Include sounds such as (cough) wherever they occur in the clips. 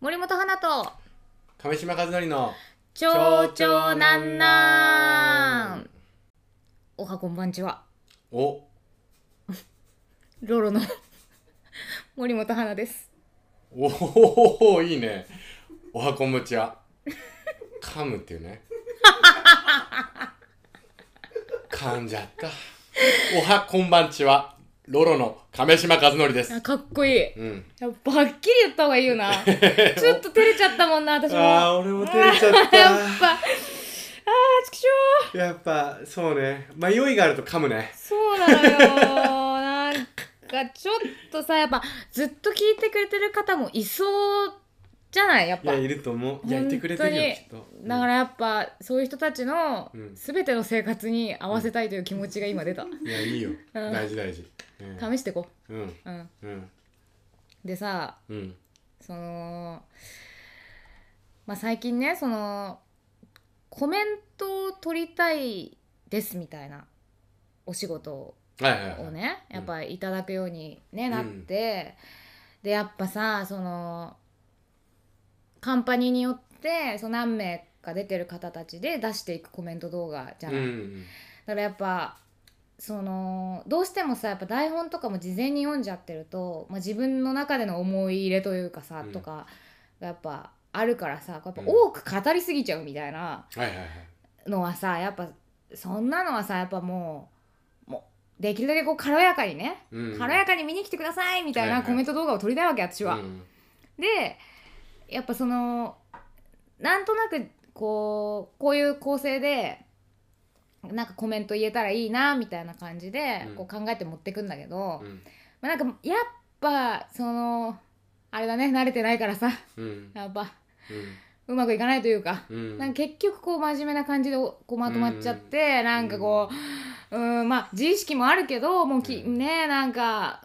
森本花と亀島和則のちょうちょうなんなんおはこんばんちはおロロの (laughs) 森本花ですおおおいいねおはこんぶちは噛むっていうね噛んじゃったおはこんばんちはロロの亀島和則ですあかっこいいうんやっぱはっきり言った方がいいよ (laughs) なちょっと照れちゃったもんな私もやっー俺も照れちゃっぱあーちくしょう (laughs) やっぱそうね迷いがあると噛むねそうなのよなんかちょっとさやっぱずっと聞いてくれてる方もいそうじゃないやっぱると思う本だからやっぱそういう人たちのうん全ての生活に合わせたいという気持ちが今出た、いやいいよ大事大事 (laughs) 試してこうんうんう、うん、うんでさうんそのまあ最近ねそのコメントを取りたいですみたいなお仕事をはいはいはいをねうんやっぱいただくように、ねんなって、でやっぱさそのカンパニーによってその何名か出てる方たちで出していくコメント動画じゃない、うんうだかんらやっぱそのどうしてもさやっぱ台本とかも事前に読んじゃってると、まあ、自分の中での思い入れというかさ、うんとかがやっぱあるからさやっぱうん多く語りすぎちゃうみたいな。はいはいはいのはさやっぱそんなのはさやっぱもうもうできるだけこう軽やかにね、うん軽やかに見に来てくださいみたいはないはいコメント動画を撮りたいわけ私は。うんでやっぱそのなんとなくこうこういう構成でなんかコメント言えたらいいなみたいな感じで、うんこう考えて持ってくんだけど、うんまあ、なんかやっぱそのあれだね慣れてないからさうんやっぱうんうまくいかないというか。うんなんか結局こう真面目な感じでこうまとまっちゃって、なんかこううんまあ自意識もあるけどもうき、うんねなんか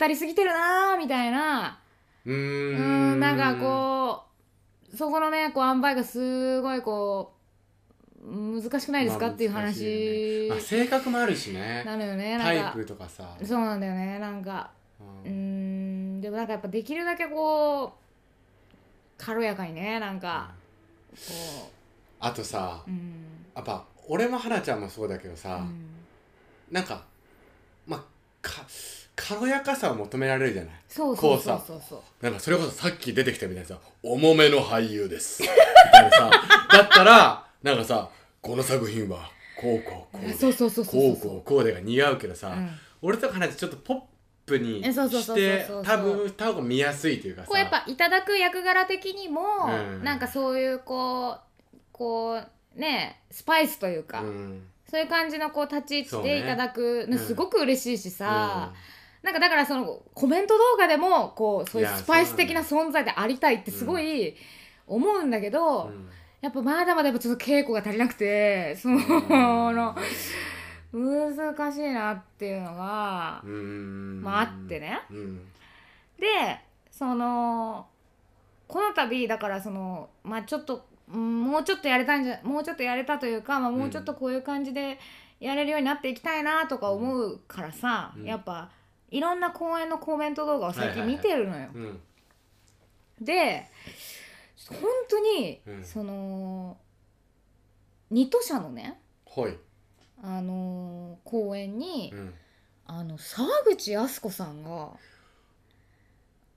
語りすぎてるなーみたいなうーうんんなんかこうそこのねこう塩梅がすごいこう難しくないですか、まあっていう難しい話よねまあ性格もあるしねなのよねタなイんかプとかさそうなんだよねなんかううんんでもなんかやっぱできるだけこう軽やかにねなんかこあとさううん。やっぱ俺も花ちゃんもそうだけどうさんなんかまあか軽やかさを求められるじゃないそうそうこうそうさそうそうなんかそれこそさっき出てきたみたいなさ「重めの俳優です」みた (laughs) いなさだったらなんかさこの作品はこうこうこうでそうそうそうそうこそううこうこうでが似合うけどさ、うん俺とか話ちょっとポップにえそうそうしそうそうてそう多分多分見やすいというかさこうやっぱいただく役柄的にも、うんなんかそういうこうこうねスパイスというか、うんそういう感じのこう立ち位そう置でねいただくのうんすごく嬉しいしさ、うんなんかだからそのコメント動画でもこうそういういやスパイス的な存在でありたいってすごい思うんだけど、うんやっぱまだまだやっぱちょっと稽古が足りなくてその、難しいなっていうのが、うんまああってね。うんでそのこの度だからそのまあちょっとうんもうちょっとやれたんじゃもうちょっとやれたというか、まあ、もうちょっとこういう感じでやれるようになっていきたいなとか思うからさ、うんやっぱいろんな公演のコメント動画を最近はいはいはい見てるのよ。うんで本当に、うんそのニト社のねほい、あのー公演に、うん、あの沢口靖子さんがあほうほ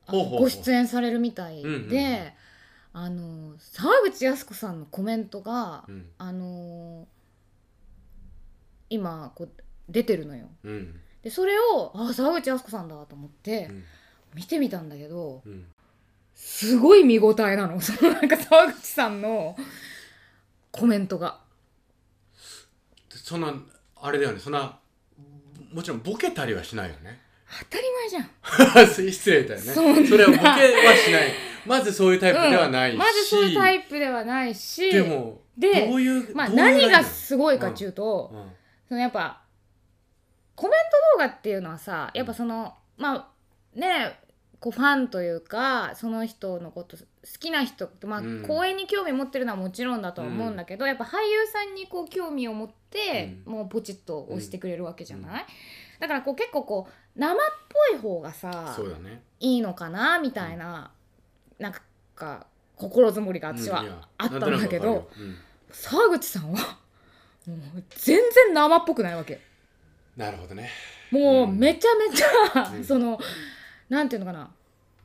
うのほうご出演されるみたいうんうんであの沢口靖子さんのコメントがうんあの今こう出てるのよ。うんでそれをあ沢口靖子さんだと思っうてん見てみたんだけどうんすごい見応えなの (laughs) そのなんか沢口さんのコメントが。そんなあれだよねそんなもちろんボケたりはしないよ (laughs) ね当たり前じゃん。失礼だよねそんなれはボケはしないまずそういうタイプではないし、うん、まずそういうタイプではないしでもでどういうまあ、どういうライン何ながのすごいかっていうと、うんそのやっぱコメント動画っていうのはさやっぱそのまあねこうファンというかその人のこと好きな人まあ、うん公演に興味持ってるのはもちろんだとは思うんだけど、やっぱ俳優さんにこう興味を持って、もうポチッと押してくれるわけじゃない、だからこう結構こう生っぽい方がさそうだねいいのかなみたいななんか心づもりが私はあったんだけど、沢口さんはもう全然生っぽくないわけなるほどねもううんめちゃめちゃ、うんそのなんていうのかな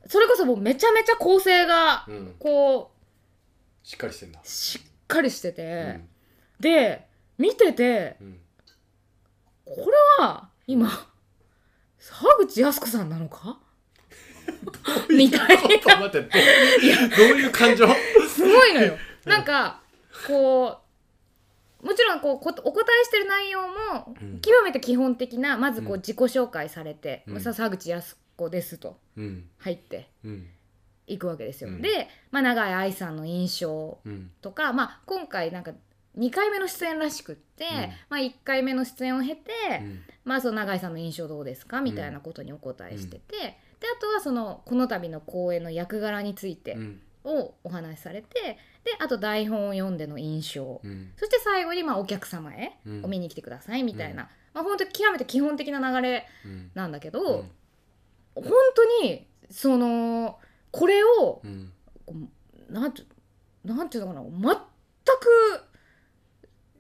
それこそもうめちゃめちゃ構成がうんこしっかりしてんだうしっかりしてて、うんで見ててうんこれは今沢口靖子さんなのか (laughs) みたいちょっと待ってどうどういう感情すごいのよ。なんかこうもちろんこうこお答えしてる内容もうん極めて基本的なまずこううん自己紹介されて「うんまあさ沢口靖子です」とうん入ってうんいくわけですよ。うんで、まあ、永井愛さんの印象うんとか、まあ、今回なんか2回目の出演らしくって、んまあ、1回目の出演を経て、うんまあ、その永井さんの印象どうですかみたいなことにお答えしてて、であとはそのこの度の公演の役柄についてうんをお話しされてであと台本を読んでの印象、うんそして最後にまあお客様へうんお見に来てくださいみたいな、うまあ、本当に極めて基本的な流れうんなんだけど、本当にそのこれをうんこうなんてなんていうのかな全く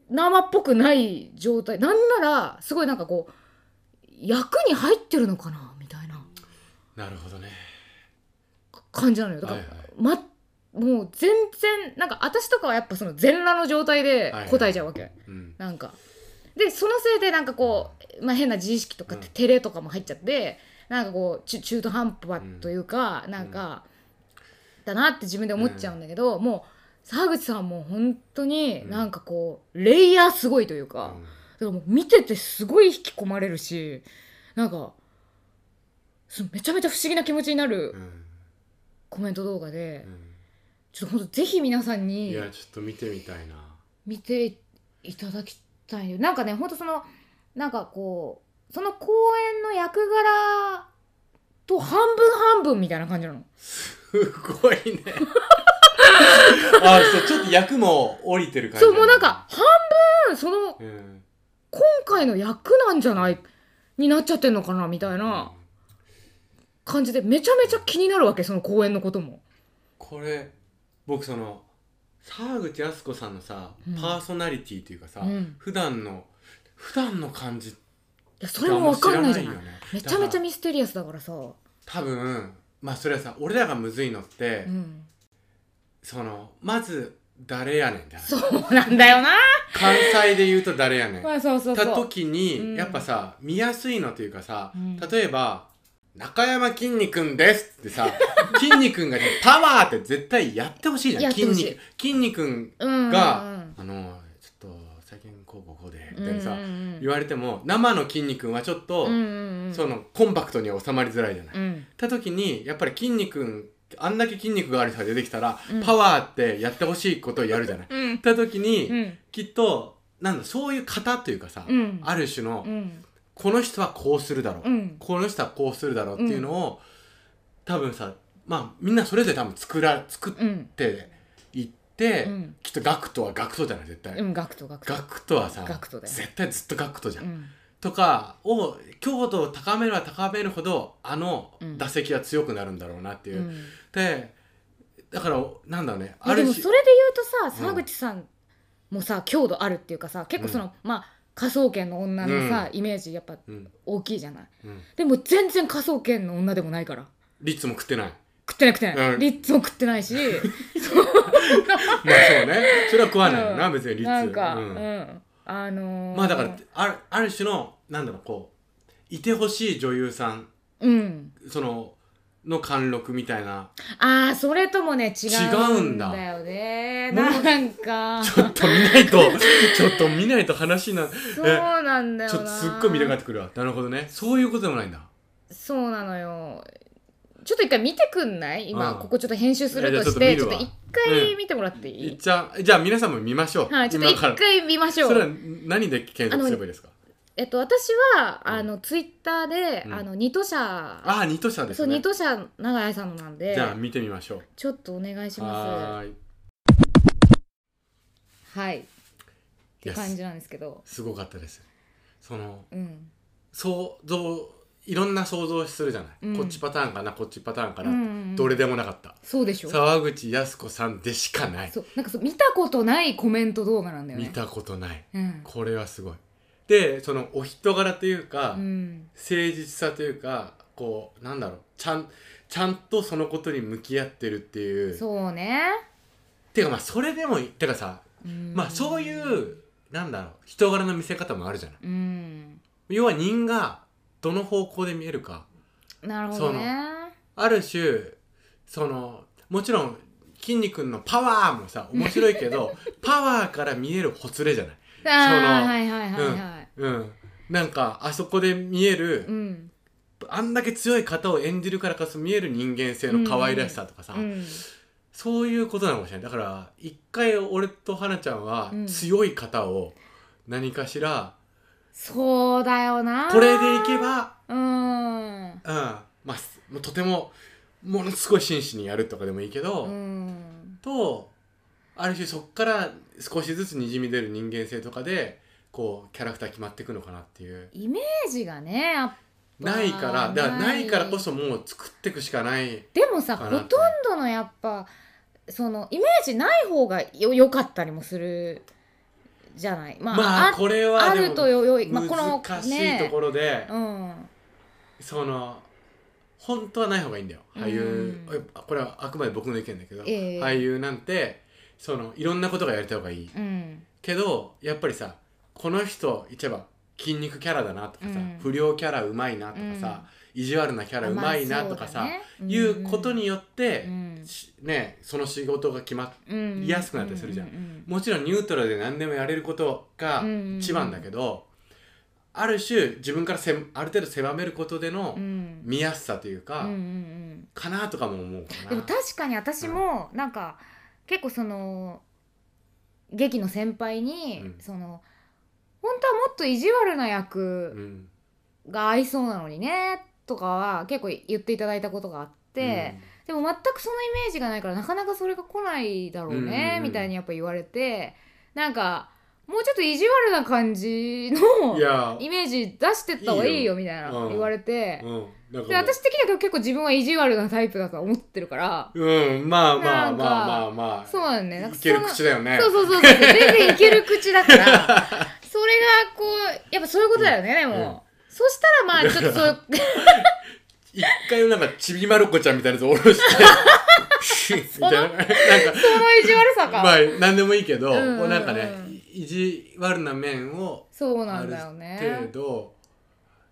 生っぽくない状態なんならすごいなんかこう役に入ってるのかなみたいななるほどね感じなのよだから、はいはいま、もう全然なんか私とかはやっぱその全裸の状態で答えちゃうわけ、うんなんかでそのせいでなんかこう、まあ、変な自意識とかうん照れとかも入っちゃって、なんかこうちゅ中途半端というか、なんか、だなって自分で思っちゃうんだけど、もう沢口さんも本当にうんなんかこう、レイヤーすごいといううか、んだからもう見ててすごい引き込まれるしなんかそめちゃめちゃ不思議な気持ちになるうんコメント動画で、うんちょっと本当ぜひ皆さんにいやちょっと見てみたいな (laughs) 見ていただきたいなんかねほんとそのなんかこうその公演の役柄と半分半分みたいな感じなのすごい (laughs) ねあそうちょっと役も降りてる感じそうもうなんか半分そのうん今回の役なんじゃないになっちゃってんのかなみたいな感じでめちゃめちゃ気になるわけその公演のこともこれ僕その沢口靖子さんのさ、うんパーソナリティというかさ、うん普段の普段の感じいやそれも分かんないじゃないあんま知らないよねめちゃめちゃだからミステリアスだからさ、う多分まあそれはさ俺らがむずいのって、ん、そのまず誰やねんって話そうなんだよな、関西で言うと誰やねんまあ、 (laughs) そうそうたそう時に、うんやっぱさ見やすいのというかさ、うん例えば「中山きんに君です」ってさ (laughs) 「きんに君がねパワー!」って絶対やってほしいじゃやんっきてんほしいにきんに君うんがうんあのちょっと最近こうこうこうでうんみたいなさ、うん言われても生のきんに君はちょっと、うんうんうんそのコンパクトには収まりづらいじゃない。うんた時にやっぱりきんに君あんだけ筋肉がある人が出てきたら、うんパワーってやってほしいことをやるじゃない。うんた時に、うんきっとなんだそういう型というかさ、うんある種の、うんこの人はこうするだろう、うんこの人はこうするだろうっていうのを、多分さまあみんなそれぞれ多分作ら作っうんていって、うんきっとガクトはガクトじゃない絶対、うんガクトガクトガクトはさガクトだよ絶対ずっとガクトじゃん、うんとかを強度を高めれば高めるほどあのうん打席は強くなるんだろうなっていう、うんでだからなんだろうねいやあでるも種それで言うとさうん沢口さんもさ強度あるっていうかさ結構そのまあ科捜研の女のさイメージやっぱうん大きいじゃないうん、でも全然科捜研の女でもないから率も食ってない食ってない食ってなういんリッツも食ってないしまあそうねそれは食わないよな、うん別に率なんかううんんあのーまあだからあるある種のなんだろうこういてほしい女優さんうんそのの貫禄みたいなああそれともね違違ううんんだだよねもうなんかちょっと見ないとちょっと見ないと話になそうなんだよなちょっとすっごい見たかってくるわなるほどねそういうことでもないんだそうなのよちょっと一回見てくんない今うんここちょっと編集するいやとじゃあしてちちょょっっとと見る一わ回見てもらっていいっい、ちゃじゃあ皆さんも見ましょう、はいちょっと一今から回見ましょそれはう何で検索すればいいですかえっと私はあのツイッターで、うんあのニト社ああニト社でそすうニねト社永井さんのなんでじゃあ見てみましょちょっとお願いしうはまーいすはいっていや感じなんですけどすごかったですそのうん想像いろんな想像するじゃない、うんこっちパターンかなこっちパターンかな、うんどれでもなかったそうでしょ沢口靖子さんでしかないそうなんかそう見たことないコメント動画なんだよね見たことないうん、これはすごいでそのお人柄というか、うん、誠実さというかこうなんだろうちゃんちゃんとそのことに向き合ってるっていうそうね、てかまあそれでもいてかさうん、まあそういうなんだろう人柄の見せ方もあるじゃないうん要は人がどの方向で見えるかなるほどねある種そのもちろん筋肉のパワーもさ面白い (laughs) けどパワーから見えるほつれじゃないああはいはいはいはいうんなんかあそこで見える、うんあんだけ強い方を演じるからこそ見える人間性の可愛らしさとかさ、うんそういうことなのかもしれないだから一回俺と花ちゃんはうん強い方を何かしら、そうだよなこれでいけばうんうんまあすもうとてもものすごい真摯にやるとかでもいいけど、うんとある種そっから少しずつにじみ出る人間性とかでこうキャラクター決まっていくのかなっていうイメージがねやっぱないかならいだからないからこそもう作っていくしかないでもさかほなとんどのやっぱそのイメージない方がよ良かったりもするじゃないまあ、まああこれあはでるもとよよい、まあ、この難しいところで、うんその本当はない方がいいんだよ俳優、うんあこれはあくまで僕の意見だけど、ええ俳優なんてそのいろんなことがやりた方がいいうんけどやっぱりさこの人いっちゃえば筋肉キャラだなとかさ、うん不良キャラうまいなとかさ、意地悪なキャラうまいなとかさ、いうこと、によって、しねその仕事が決まっ言いやすくなったりするじゃんんもちろんニュートラルで何でもやれることが一番だけど、ある種自分からせんある程度狭めることでのうん見やすさといううんか、うんうんかなとかも思うかなでも確かに私もなんか結構その劇の先輩にうんその本当はもっと意地悪な役うんが合いそうなのにねとかは結構言っていただいたことがあって、でも全くそのイメージがないからなかなかそれが来ないだろううんうんうねんみたいにやっぱ言われてなんかもうちょっと意地悪な感じうんのいやイメージ出してった方がいいよみたいなうん言われて。うんなんでかもう私的には結構自分は意地悪なタイプだとは思ってるから、うんまあまなあんかまあまあまあそうだねなんかいけるその口だよねそうそうそうそう全然いける口だから (laughs) それがこうやっぱそういうことだよね、でも、そしたらまあちょっとそういう一回なんかちびまる子ちゃんみたいなやつ下 (laughs) ろしてみたいななんそかの意地悪さか、まあ何でもいいけど、うんうんうんこうなんかねい意地悪な面をそうなあんるだよ程ね度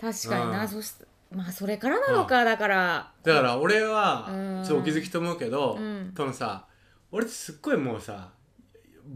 確かにな、うんそしまあそれからなのか、だからだから俺うはんちょっとお気づきと思うけど、うんそのさ俺ってすっごいもうさ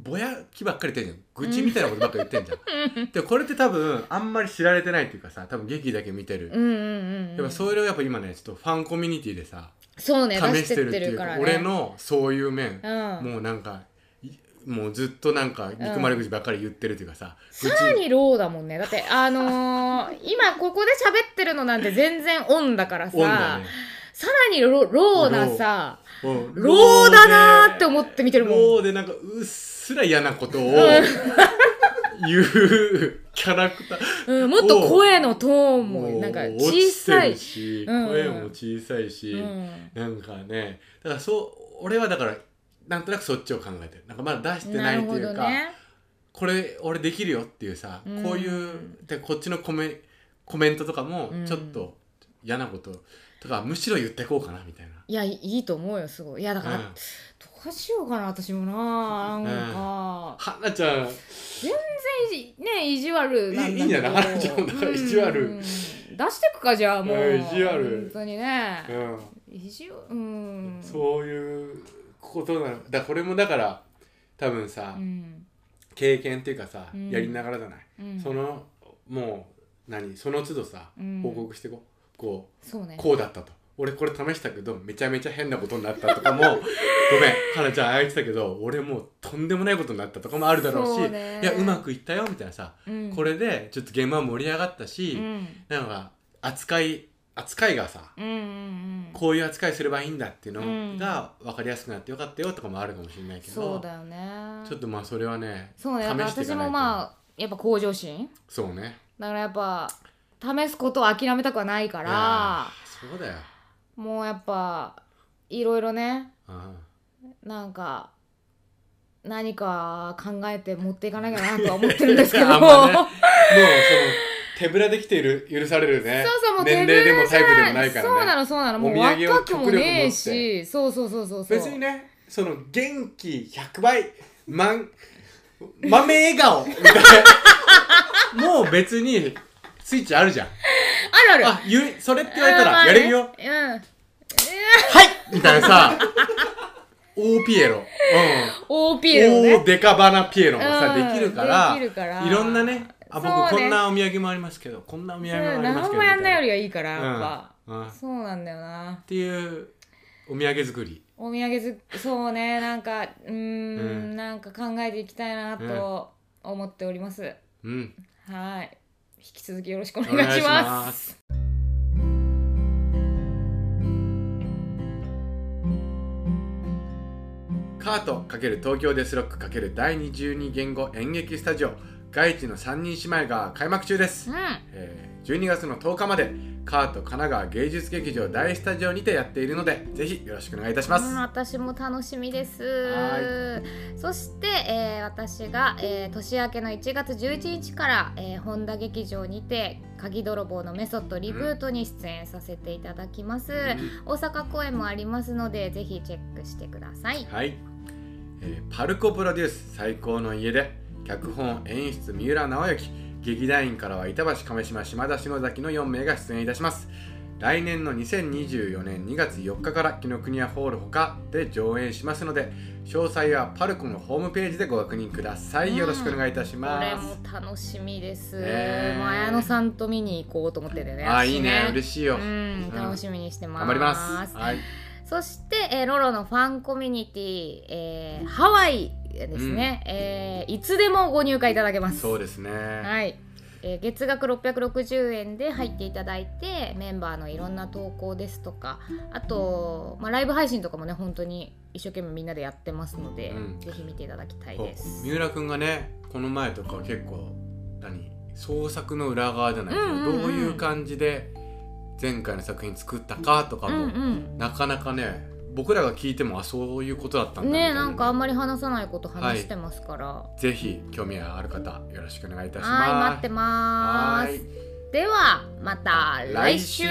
ぼやきばっかり言ってんじゃん愚痴みたいなことばっかり言ってんじゃん、でこれって多分あんまり知られてないっていうかさ多分劇だけ見てる、うんうんうん、やっうぱん、それをやっぱ今ねちょっとファンコミュニティでさそうね試出ししててるっってていうるかからね俺のそういう面、うんもうなんかいもうずっとなんか憎まれ口ばっかり言ってるっていうかさ、さらにローだもんねだってあの (laughs) ー今ここで喋ってるのなんて全然オンだからさオンだねさらにロローなさうんローだなーって思って見てるもんローでなんかうっすら嫌なことを言うキャラクターうん、もっと声のトーンもなんかもう小さい落ちてるし、うん声も小さいし、うんなんかねだからそう俺はだからなんとなくそっちを考えてるなんかまだ出してないっていうか、これ俺できるよっていうさ、うんこういうでこっちのコメコメントとかもうんちょっと嫌なこととかむしろ言ってこうかなみたいな。いやいいと思うよすごいいやだから、うんどうしようかな私もななんか、はなちゃん全然ね意地悪なんだけどいいいいんじゃない (laughs) 花ちゃんだからう意地悪出してくかじゃあもう、うん意地悪本当にね、うん意地悪うんそういうことなのだこれもだから多分さ、うん経験っていうかさ、うんやりながらじゃない、うんそのもう何その都度さうん報告してこうこそうねうこうだったと俺これ試したけどめちゃめちゃ変なことになったとかも (laughs) ごめん花ちゃんああ言ってたけど俺もうとんでもないことになったとかもあるだろうしそうねいやうまくいったよみたいなさ、うんこれでちょっと現場盛り上がったし、うんなんか扱い扱いがさ、うんうんうんこういう扱いすればいいんだっていううんのが分かりやすくなってよかったよとかもあるかもしれないけど、そうだよねちょっとまあそれはねそうねだから試してい私かないもとまあやっぱ向上心そうねだからやっぱ試すことを諦めたくはないかいやらーそうだよもうやっぱいろいろねうんなんか何か考えて持っていかなきゃなとは思ってるんですけど、 (laughs) あんまねもうその手ぶらできている許されるねそうそうもう年齢でもタイプでもないからねそうなのそうなのもうお土産を若くもねえ極力しそうそうそうそうそう別にねその元気100倍まん豆 (laughs) 笑顔みたいなもう別にスイッチあるじゃんあるあるあゆそれって言われたらやれるよ、うんまあねはいみたいなさ大ピエロ、うん、うん OP のね大デカバナピエロもさ、うんできるからできるからいろんなねあ僕そうこねんなお土産もありますけどこんなお土産もありますけど何もやんないよりはいいからみたいなやっぱうんうんっそうなんだよなていうお土産作りお土産ずそう (laughs) ねなんかうーんうんなんか考えていきたいなと思っております、うんはい引き続きよろしくおお願いしますすカート×東京デスロック×第22言語演劇スタジオ外地の3人姉妹が開幕中です、うんえー12月の10日までカート神奈川芸術劇場大スタジオにてやっているのでぜひよろしくお願いいたします、うん、私も楽しみですはそして、えー私が、えー年明けの1月11日から、えー、本田劇場にて「鍵泥棒のメソッドリブート」に出演させていただきます、大阪公演もありますのでぜひチェックしてくださいはい、えーパルコプロデュース最高の家で脚本演出三浦直之劇団員からは板橋亀島島田篠崎の4名が出演いたします来年の2024年2月4日から紀ノ国屋ホールほかで上演しますので詳細はパルコのホームページでご確認ください、うんよろしくお願いいたしこまれもす楽しみです、ねえもう綾野さんと見に行こうと思っててねあーいいねし嬉しいよ、うん、楽しみにしてます頑張りますはいそして、えーロロのファンコミュニティ、えーハワイですね、えーいつでもご入会いただけます。そうですねはいえー月額660円で入っていただいてメンバーのいろんな投稿ですとかあと、まあ、ライブ配信とかもね本当に一生懸命みんなでやってますので、うんぜひ見ていただきたいそうです。三浦君がねこの前とか結構何創作の裏側じゃないけど、うんうんうんどういう感じで前回の作品作ったかとかうんも、うんなかなかね僕らが聞いてもあそういうことだったんだみたねいななんかあんまり話さないこと話してますから、はぜひ興味がある方よろしくお願いいたい、します。待ってまはすい。ではまた来週来週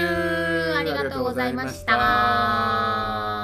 ありがとうございまし。ありがとうございました